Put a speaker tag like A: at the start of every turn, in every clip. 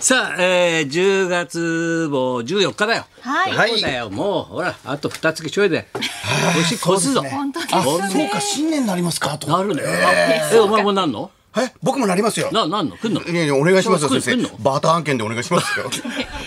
A: さあ、えー、10月も14日だよ。
B: はい
C: はい
A: そうだよ、もう、ほら、あと2月ちょいで、年越すぞ。
B: 本当です
C: あ、
B: よ
C: そう
B: ね。
C: か、新年になりますかと。
A: なるね。ええ、お前もなんの
C: え、僕もなりますよ。
A: な、なんの来んの
C: いやいや、お願いしますよ、
A: 来る
C: 先生
A: 来る。の
C: バーター案件でお願いしま すよ。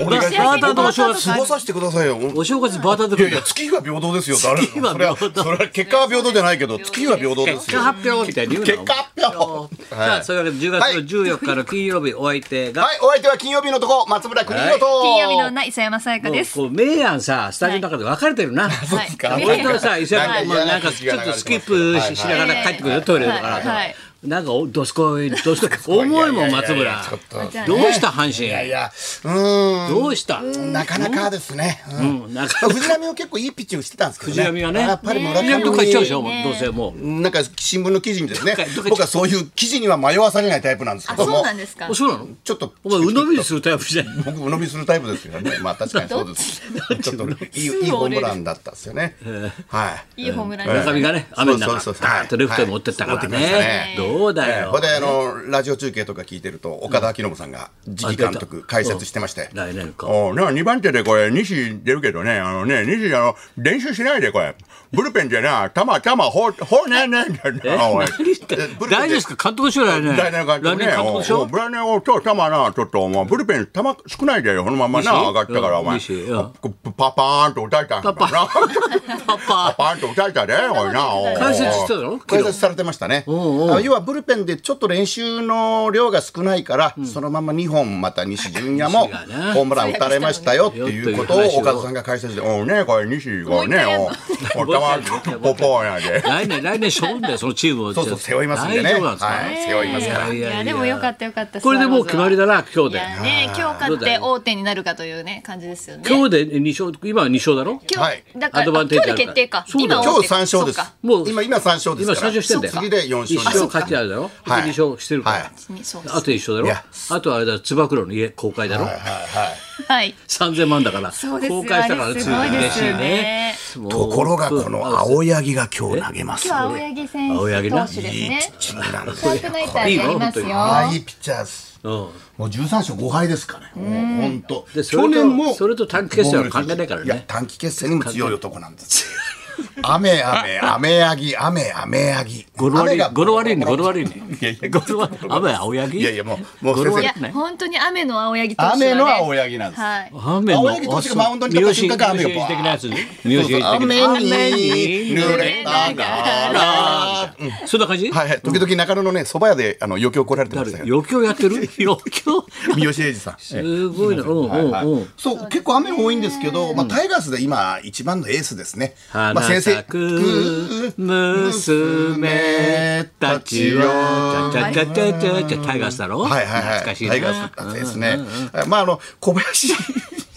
C: お願いし
A: バ
C: ま
A: ーターとお正
C: す。
A: 月、
C: 過ごさせてくださいよ。
A: お正月バーター
C: いや
A: で
C: いや、月が平等ですよ。
A: 月は
C: 誰
A: 平
C: も。
A: 等
C: それは、それは結果は平等じゃないけど、月は平等です
A: 結果
C: よ。
A: 発表みたいに言うな。
C: 結果発表
A: さあ、そういうわけで10月の14日の金曜日お相手が、
C: はい、お相手は金曜日のとこ、松村邦洋と。
B: 金曜日の女磯山さやか
A: もう
B: です。
A: こう明暗さスタジオの中で分かれてるな。
B: そうですかはい
A: 俺とさ石
C: は
A: 原
C: い
A: 君もなんかちょっとスキップししながら帰ってくるよトイレとか
B: はいはい
A: なんかおどすこいどすこい重いもん松
C: いやい
A: 村
C: やちょっと
B: じゃあ
A: どう
B: ね
A: した阪
C: いやい
A: 神
C: や、うーん。
A: どうした
C: なかなかですね。う
A: うんんなんか
C: 藤浪は結構いいピッチングしてたんですけどね。
A: 藤浪はね
C: やっぱり村
A: 藤浪どっか行っちゃうでしょ
C: 上。
A: もうどうせもう
C: なんか新聞の記事にですね
A: どっかどっか行っちゃう
C: 僕はそういう記事には迷わされないタイプなんですけ
B: あ、
C: ども
B: そうなんですか
A: お。そうなの
C: ちょっと
A: お前うのみにするタイプじゃない
C: 僕鵜呑みするタイプですよね。まあ確かにそうです。ちょっといいいいホームランだったんですよね。はい。
B: いいホームラン
C: ええ
B: で
A: 村上がね雨の中
C: そうそうそう
A: ダーッとレフトに持ってったからね
C: はい
A: どうだ
C: ええ
A: よ
C: ほんであのラジオ中継とか聞いてると岡田彰信さんが次期監督解説してまして。
A: 来年か
C: おうな二番手でこれ西出るけどねあのね西あの練習しないでこれブルペンじゃな玉玉ほほねねね
A: え
C: あおい
A: 何言って
C: えブルペン
A: 大丈夫ですか監督でしょ来年
C: 来年の監督ね
A: 来年監督でし
C: お
A: ょ
C: う来年をと玉なちょっとお前ブルペン玉少ないでよこのままな
A: 西
C: 上がったからお
A: う
C: 前
A: ん西うん
C: あパパーンと打たれたんだな
A: パパパ
C: パ
A: パ
C: パーンと打たれたでおいなおい
A: 解説してたの
C: 解説されてましたね。あの要はブルペンでちょっと練習の量が少ないから、そのまま2本また西純也も
A: 西がね
C: ホームラン打たれましたよっていうこと
A: よっという話
C: を
A: を
C: 岡田さんが解説で「おうねこれ西
B: もう
C: が
B: 一回やん
C: ね
B: の
C: おおたま ポポーやで
A: 来年来年しょうんだよそのチームを
C: そうそう背負いますんでね
A: 大丈夫なんですか
C: はい背負いますから
A: い
B: い
A: やいや
B: や、でもよかったよかった。
A: これでもう決まりだな今日
B: い
A: で
B: やね、今日勝って王手になるかというね感じですよね。
A: 今日で二勝今は二勝だろ
B: 今
C: は
B: 日
C: い
B: だから
A: ア
B: あ
A: ドバ
B: 今
A: ン
B: 日
A: テージある
B: で
A: から
B: 決定か。
A: そうだよ
B: 王手
C: 今日3勝
B: そ
C: で
B: うか
C: す
A: もう
C: 今今3勝です
A: 今
C: から
A: 三勝してんだよ
C: そう次で4勝
A: 一勝勝ち
C: は
A: あるだろ
C: はい
A: で二勝してるか
C: はい
A: ら
B: ねそうです
A: あと一勝だろ
C: いや
A: あとあれだつば九郎の家公開だろ
C: いはい
B: はい。
A: 三千万だから
B: そうですよ
A: 公開したから
B: あれ
A: つ
B: すごいで
A: 嬉
B: す
A: しい
B: よ
A: ね
B: ね
C: ところがこの青柳が今日投げます
B: 今日は青柳選
A: 青柳
B: 手
A: な
B: 投手です
C: いいピ
B: ね
C: ッ。チングなんです
B: ダークナイターやります
A: いい
B: よ。
C: ああいいピッチャーです
A: うん
C: もう13勝5敗ですかね本当
A: でそれと
C: 去年も
A: それと短期決戦は関係ないからね
C: いや短期決戦にも強い男なんです雨雨雨上ぎ雨雨上ぎ
A: 語呂悪
C: 雨
A: い
C: が
A: 語呂悪いね語呂悪いね
C: いやいや
A: 語呂悪い雨青柳
C: いやいやもうもう
A: 語呂
C: 先
B: い
A: 悪
B: や
C: 生
B: 本当に雨の青柳投手はね。
C: 雨の青柳なんです
B: はい。
A: 雨の
C: 青柳投手がマウンドに立った瞬間から雨が
A: 三好三好的なやつ三好的な
C: 雨に濡れ
B: れ
C: た
B: た
C: か
B: から
A: らそんな感じ
C: はいはい時々中野のね蕎麦屋であの余興来られてましたよ
A: 余興やっ てる余興
C: 三好英二さんええ
A: すごいなうん
C: はいは
A: うんう
C: い
A: ん、
C: そう結構雨多いんですけど、まあ、タイガースで今一番のエースですね。まあ、
A: 花咲く
C: く
A: 娘たちよ。
C: は
A: ち
C: い
A: ゃちゃちゃちゃちゃタイガースだろ。
C: はいはい、
A: 懐かしい
C: タ
A: な
C: イガースだったですね、まああの小林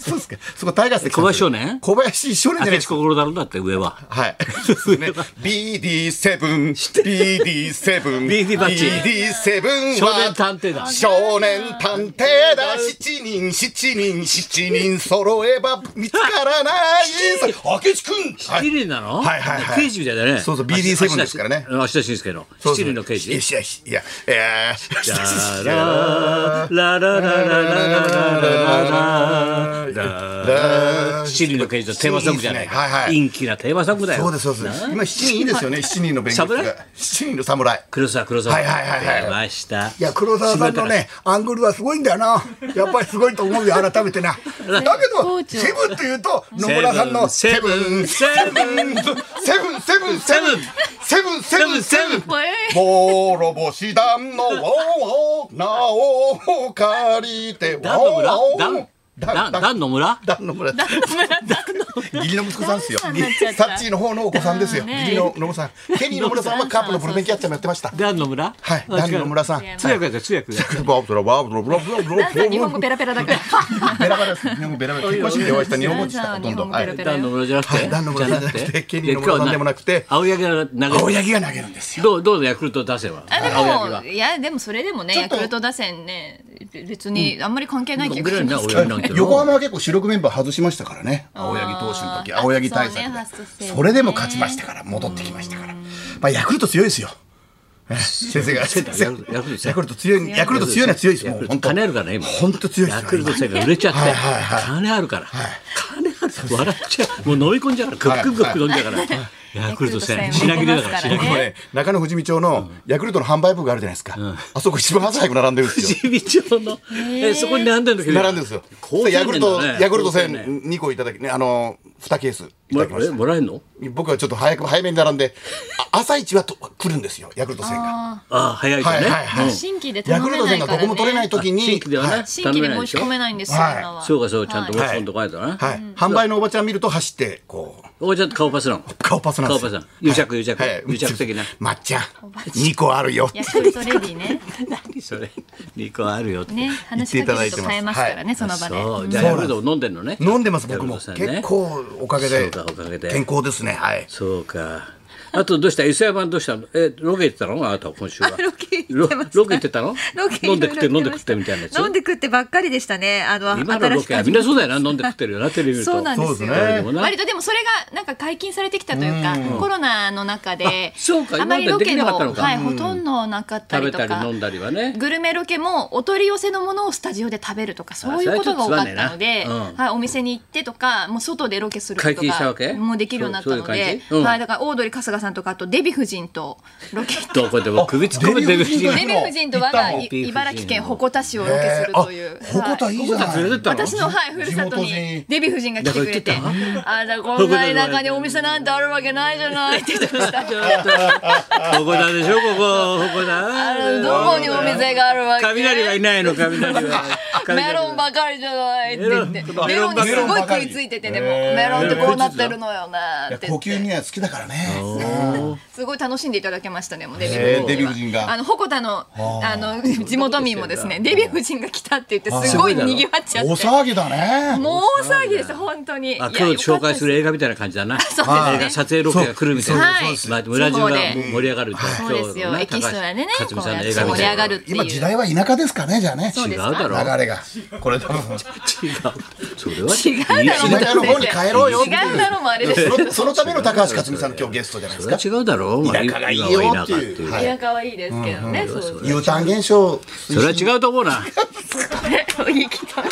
C: そうですかそこタイガースで
A: 小林少年
C: 小林少年じゃな
A: 竹
C: いで
A: 内
C: すか
A: 心だろだって上は。
C: はい。そうですね BD7、BD7、
A: BD バッチ
C: BD7
A: 少年探偵だ
C: 少年探偵だ。七人、七人、七人揃えば見つから ない。明智くん。は
A: 七
C: い。
A: 人なの？
C: はいはいはい
A: 刑事みたいだね。
C: そうそう BD7 ですからね
A: 足足足ですけど。
C: そ
A: 七
C: うそう
A: 人の刑
C: いや
A: 事。
C: いや、いや、えー
A: ラララララララララララ七人の刑事のテーマソングじゃないか。
C: はいはい
A: 陰気なテーマソングだよ。
C: そうです、そうです。今七人いいですよね、七人の弁護士
A: 侍
C: が。七人の侍。
A: 黒沢黒沢
C: はいはいはいはい
A: 出ました
D: いや黒沢さんのねアングルはすごいんだよなやっぱりすごいと思うよ改めてなだけどセブンっていうと野村さんの
A: セブンセブン
C: セブン、セブン、セブン、セブン、セブン、セブン。
B: これ
C: 諸星団の名を借りて
A: ダンの村ダンダ
C: ダ
A: ン
C: ン
A: ダンの村
C: ダンの村義理の息子さんですよ
B: ダンさんになっちゃった
C: サッチーの方のお子さんですよ
B: ダンね
C: 義理の野村さんケニーの村さんはカープのプロベンキャッチャーもやってました
A: ダンの村
C: はいダンの村さん
A: 通訳だ通訳だ
C: バブドラバブドラバブドラバブドラ
B: なんか日本語ペラペラだから。
C: ベラベラです日本語ベラベラ結婚式でお会いした日本語でしたほとんど
B: ダンさんは日本語ベラベラ
A: ダンの村じゃなく
C: は
A: て
C: いダンの村さんじゃなくてケニーの村さんでもなくて
A: 青柳が投げる
C: 青柳が投げるんですよ
A: どうどうヤクルト打線は
B: あで
A: 青柳
B: も
A: はい
B: やでもそれでもねヤクルト打線ね別にあんまり関係ない気
A: ぐ
B: が
A: ら
B: し
A: いな
B: ます
A: 青柳なんての
C: 横浜は結構主力メンバー外しましたからね青柳投手の時青柳対
B: そうねファース
C: 策
B: トセ
C: で
B: ーブね
C: それでも勝ちましたから戻ってきましたからまあヤクルト強いですよ先生が
A: センターヤクルトヤクルト
C: ヤクルト強いヤクルト強いのは強いですもう本当
A: 金あるからね今
C: 本当強いで
A: ヤ
C: す
A: クルト戦が売れちゃって、
C: はいはいはい
A: 金あるから、金あるから笑っちゃうもう飲み込んじゃうからクックックック飲んじゃうから、ヤクルト戦
B: ヤクルト戦
A: 品切れだから
B: 見てますから
A: 品切れ
B: ね
C: もうね中野富士見町のヤクルトの販売部があるじゃないですか、あそこ一番早く並んでるん ですよ
A: 富士見町のえそこに並んでるんだけど
C: 並んでるんですよ
A: 高級
C: ヤクルト
A: 店だね
C: ヤクルト戦
A: 高級店ね
C: 2個いただきねあの2ケースい
A: も
C: ただきまし
A: え
C: た
A: もらえんの
C: 僕はちょっと早く早めに並んであ朝一はと来るんですよヤクルト戦が
A: ああ早いからね、
C: はいはいはい
A: うん
B: 新規で
C: ヤ
B: 頼
C: クル
B: め
C: ト
B: ない
C: 戦が
B: か
C: ど
B: ら
C: こも取れない
B: ね。
C: 時に
A: 新規ではね、
C: はい
B: 新規で申し込め
A: い
B: ないんですよ。
C: はい
B: 今は
A: そうかそうかちゃんと申し
B: はい
A: 込んとかないとな、
C: はい販売のおばちゃん見ると走ってこう
A: おばちゃんと顔パスなの
C: 顔パスなんです
A: 顔
C: よ
A: パスなの癒着癒着
C: はい
A: 癒着的な
C: 抹茶2個あるよ
B: ヤクルトレディね。
A: 何それ2個あるよって、
B: ね、話しかけると変えますからね、その場で。
A: そう
B: うん
A: じゃあヤクルトを飲んでんのね
C: 飲んでます僕も
A: ヤクルトさんね
C: 結構おかげ
A: そ
C: で
A: うかおかげで
C: 健康ですねはい
A: そうかあとどうした磯山どうしたのえロケ行ってたのあなたは今週は
E: ロケ行
A: ロ
E: ってました
A: ロケ行ってたの
E: ロケ
A: 飲んで食って
E: いろ
A: 飲ん
E: いろや
A: で食
E: ま
A: っ
E: して
A: みたいなやつ
E: 飲んで食ってばっかりでしたねあの
A: 今のロケはみんなそうだよな飲んで食って るよなテレビ見ると
E: そうなんですよ
C: そうですね
A: 誰でもな
B: 割とでもそれがなんか解禁されてきたというか、コロナの中で
A: あそうか
B: あまりロケ
A: 今までできなかった
B: の
A: のか
B: はい、ほとんどなかった
A: 食
B: り
A: べ
B: と
A: たり
B: か
A: 飲んだりはね
B: グルメロケもお取り寄せのものをスタジオで食べるとかそういうことが多かったので、
A: それはちょっとつまんねえなうん
B: はい、お店に行ってとかもう外でロケする
A: 解
B: と
A: 禁したわ
B: か
A: け
B: もうできるようになったの
A: そうそういう
B: で
A: 感じうん
B: はい、だからオードリー春日さんとかあとデヴィ夫人とロ ケ行って
A: どこでも首突っ込めてるし
B: デヴィ夫人と我が
C: 行ったの
B: い茨城県鉾田市をロケするという。
C: 鉾田
B: はい
C: いいじゃない
A: 連れてったの
B: 私の、はい、ふるさと
C: 地元に
B: にデヴィ夫人が来てくれて
A: だから
B: 「あだこんな田舎にお店なんてあるわけないじゃない」って言ってま した
A: ちょっとここだでしょここここ
B: あ
A: だ
B: のどこにお店があるわけ
A: 雷はいないの雷は
B: メロンばかりじゃないって言ってメロンにすごい食いついててでもメロンってこうなってるのよなって
C: 呼
B: 言っ
C: 吸
B: て
C: には好きだからね
B: すごい楽しんでいただけましたねもうデヴ
C: え
B: ィ
C: ー
B: 夫
C: デヴィ
B: 人
C: 夫
B: は
C: 人が
B: あの鉾田のあの地元民もですねデヴィ夫人が来たって言ってす
A: ご
B: ご
A: い
B: い
A: だろ
B: 賑わっちゃっ
C: 大
B: て
C: 騒ぎだね
B: もう大騒ぎです本当に
A: あ
B: いや
A: 今日紹
B: よか
A: 介
B: ったです
A: る映画みたいな感じだな。
B: そうですね
A: 映画撮影ロケが来るみたいな。
B: はいそうです
A: まあ村中が
B: そうで
A: 盛り上がるみたいな。
B: そうです
A: 今
B: よ
A: 日のね
B: エキストラでね
A: 高橋克実さんの映画
B: こ
A: み
B: うやって盛り
A: たいな
B: 上が。るっていう
C: 今時代は田舎ですからねじゃあね
B: そ
A: 違
B: う
A: う
B: ですか
A: だろ。
C: 流れがこれ多 分
A: 違う。それは
B: 違うだろ
A: 言い過ぎ
C: 田舎の方に帰ろうよ
B: 違うだろうもあれです
C: そのそのための高橋克実さんの今日ゲストじゃないですか
A: それは違うだろう。まあ
C: 田舎がいいよっていう
A: 今は田舎
C: はい
B: 田舎はいいですけどね、そうそう
C: U ターン現象
A: それは違うと思うな。
B: 言い切った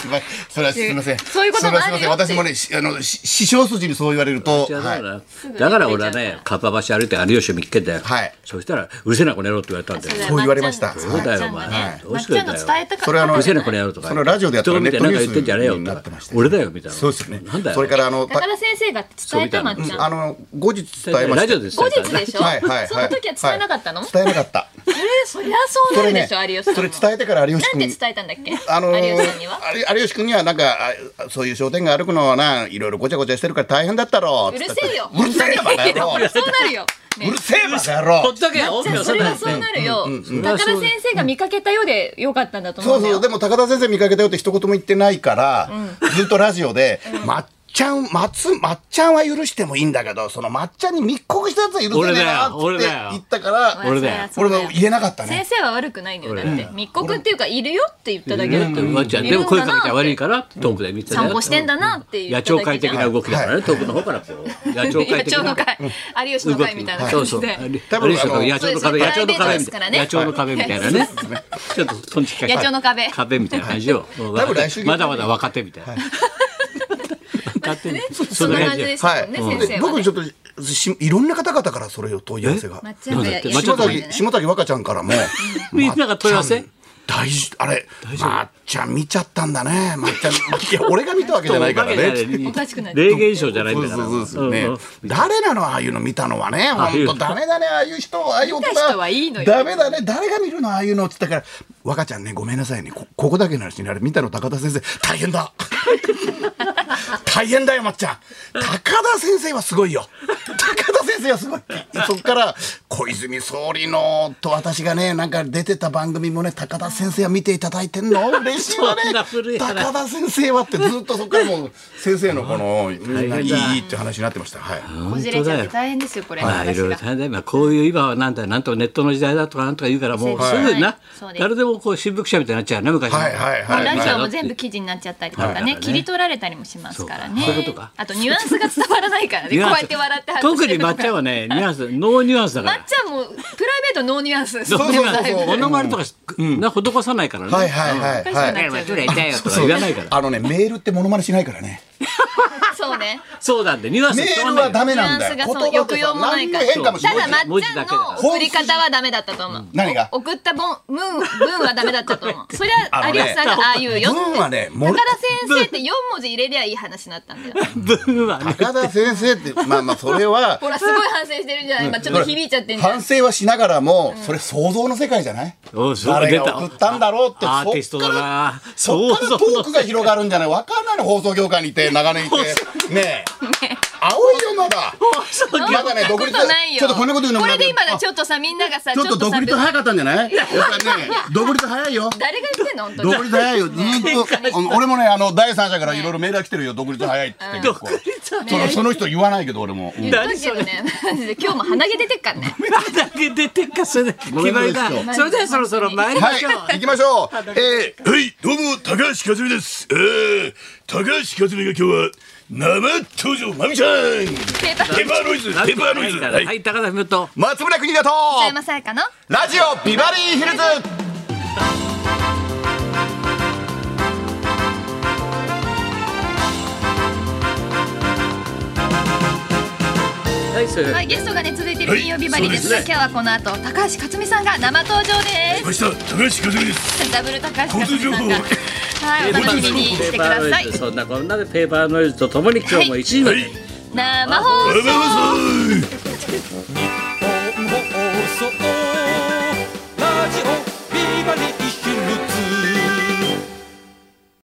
C: それはすみません。
B: そういうこともあるよ
C: それはすみません。私もね、しあの、し師匠筋にそう言われると。
A: 違うだろう
C: は
A: なだから俺はね、かっぱ橋歩いて有吉を見っけんだよ。
C: はい
A: そしたら、うるせえなこの野郎って言われたんだよ。
C: そう言われました
B: そうだよ、まっちゃんがね
A: そうだよお前
B: まっちゃんの伝えた
C: それはあ
B: か
C: の
A: うる
B: った
A: せえな
B: だ
A: この野郎とか。
C: そのラジオでやったら
A: 人
C: ネ
A: 見て
C: ット
A: なんか
C: ニュース
A: 言ってんじゃねえよ
C: になってました。
A: 俺だよみたいな。
C: そうですね。
A: なんだよ。
C: それからあの、
B: 高田先生が伝えたまっちゃ
C: あ
B: ん
C: の、後日伝えました。
A: ラジオです
B: 後日でしょ、
C: はいはいはい。
B: その時は伝えなかったの、
C: はい
B: それ
C: 伝えなかった。
B: そりゃそうなるでしょ、有吉さ
C: そ
B: ん
C: れ
B: も
C: 伝えてから有吉
B: なん
C: 君
B: て伝えたんだっけ、
C: あの
B: 有吉さんには
C: あれ有吉君にはなんかあそういう商店街歩くのはないろいろごちゃごちゃしてるから大変だったろ
B: うるせえよ
C: うるせえよバカ野郎 う
B: そうなるよ、 ね
C: るせえバカ野郎
A: ほっとけよ。
B: じゃあそれはそうなるよ、高田先生が見かけたようでよかったんだと思
C: そううん
B: だ
C: そ
B: よ
C: うでも高田先生見かけたよって一言も言ってないから、ずっとラジオで「まっちゃんまっつまっちゃんは許してもいいんだけどそのまっちゃんに密告したやつは許せねえな」っ
A: 俺
C: て
A: だよ俺だよ
C: 言ったから
A: 俺だよ
B: そりゃそうだ
C: 俺
B: よ
C: も言えなかった
B: 先
C: ね。
B: 生は悪くないのよだって密告っていうかいるよって言っただけだった
A: うわっちゃんでも声かけたら悪いからトークで見てたよ
B: 散歩してんだなっていう
A: 野鳥会的な動きだからねトークの方からこう野鳥会
B: 野
A: 的
B: 鳥
A: な
B: の会有吉の会みたいな
A: そ
B: 感
A: う
B: じ
A: そう
B: で
A: 多分野鳥の壁野鳥の壁みたいな野鳥の壁みたいなねちょっととんちきか壁みたいな感じをまだまだ若手みたいな若手
B: そんな感じでしたもんね
C: はい、
B: 先生
C: で
B: は
C: 僕
B: ね
C: ちょっとしいろんな方々からそれを問い合わせが
B: まっちゃんがやりま
A: ちょ
C: 下
A: っと待っ
C: 崎下崎若ちゃんからも
A: みんなが問い合わせ
C: 大事あれまっちゃん見ちゃったんだねまっちゃんいや俺が見たわけじゃないからね。
A: 霊現象じゃないん
C: そう
A: だか
C: そ
A: ら
C: うそうね、誰なのああいうの見たのはね
A: あいう
C: 本当ダメだねああいう人ああいう
B: 見た人はいいのよ
C: ダメだね誰が見るのああいうのっつったから若ちゃんねごめんなさいねこここだけの話ねあれ見たの高田先生大変だ大変だよまっちゃん高田先生はすごいよ高田先生はすごいそっから小泉総理のと私がねなんか出てた番組もね高田先生は見ていただいてんの嬉しいわね
A: そんな古い話
C: 高田先生はってずっとそっからもう先生のこのみんない
A: 大変だ
C: いって話になってましたはい。
B: こじれちゃって大変ですよこれ
A: まあいろいろ大変だよ今こういう今はなんだなんとかネットの時代だとかなんとか言うからもう
B: はい
A: すぐな、
B: そうです
A: 誰でもこう新聞記者みたいになっちゃうね昔の
C: はいはいはい。
B: ラジオも全部記事になっちゃったりとかね切り取られたりもしますからねあとニュアンスが伝わらないからねこうやって笑って
A: 特にまっちゃん回はねニュアンスノーニュアンスだか
B: ま
A: ら
B: っちゃんもプライベートノーニュアンスです
A: そう
B: ね
A: そう
B: だいぶ
A: そう。物まりとかし、な施さないからね。
D: はいはいはい
B: おかしく
D: は
B: ないっちゃう
A: それ痛いよとか言わないから。
C: あのね、メールってモノマネしないからね。
B: そうね
A: そうなんで、ニュアンス
C: メ
A: 伝
C: ー
A: わ
C: ル
A: んな
C: はい
A: か
C: ダ
A: ら。
C: メ
B: ニュ
C: な
B: ア
C: ん
B: ン
C: だ
B: ス
C: よ。
B: がそ
C: 言
B: の抑
C: 葉とか
B: 揚もないから
C: 何の変化もしな
B: た
C: い。
B: だまっちゃんの送り方はダメだったと思う
C: 何が
B: お送ったボンムーン文はダメだったと思 うそり
C: あ
B: ゃ有
C: のね
B: 吉さんがああ言うよって
C: 文はねも
B: 高
C: ろ
B: 田先生って四文字入れりゃいい話になったんだよ
A: 文はね。
C: 高田先生 って、まあまあ、そ れは、
B: ほらすごい反省してるじゃない今ちょっと響いちゃってんじゃん
C: 反省はしながらも、それ想像の世界じゃない
A: おうそう
C: 誰
A: 出た
C: が送ったんだろうって、
A: アーティス
C: そ
A: ト
C: っ
A: だ
C: から、
A: な。
C: そっからトークが
A: う
C: 広がるんじゃないわかんないの、放送業界にいて、長年 いて。ねえ。青いよ、まだ。
A: そうそう
C: まだね、
B: そんな
C: 独
B: こ
C: 立
B: とないよ
C: ちょっとこんなこと言うのも
B: こ
C: な
B: れで
C: んだけど
B: 今ちょっとさみんながさ
C: ちょっと
B: さ
C: 独立早かったんじゃないやっぱりね、独立早いよ。
B: 誰が言ってんの本当に
C: 独立早いよ。ず ーっと、あの俺もね、あの、第三者からいろいろメールが来てるよ、独立早いって言って結構。そのその人言わないけど、俺も。うん
B: 言っとくけどねマジで今日も鼻毛出てっからね
A: だけ出てっか、それで決
C: ごめん
A: まりだ
C: ごめん。
A: それではそろそろ参りま
C: はい、
A: しょう。
C: 行きましょう。えー、
F: はい、どうも、高橋克実です。えー、高橋克実が今日は、生登場、まみちゃ ん
B: ペーパー
F: ペーパーノイズ、ペーパーノイズ。は、
A: はいい、高田文夫。
C: 松村邦だ と、
B: 北山さやかの
C: ラジオビバリーヒルズ。
A: はい、それ
B: はい、ゲストがね続いてる金曜日バリですが、
F: はい
B: 今日はこの後高橋克実さんが生登場で
F: 明日、高橋克実です。
B: す。ダブル高橋克実 さんが
F: 交通
B: はい、お楽しみにしてください。
A: そんなこんなでペーパーノイズとともに今日も一時まで。
B: 生放
F: ありがとうござい
B: 送
F: ます。
G: 放送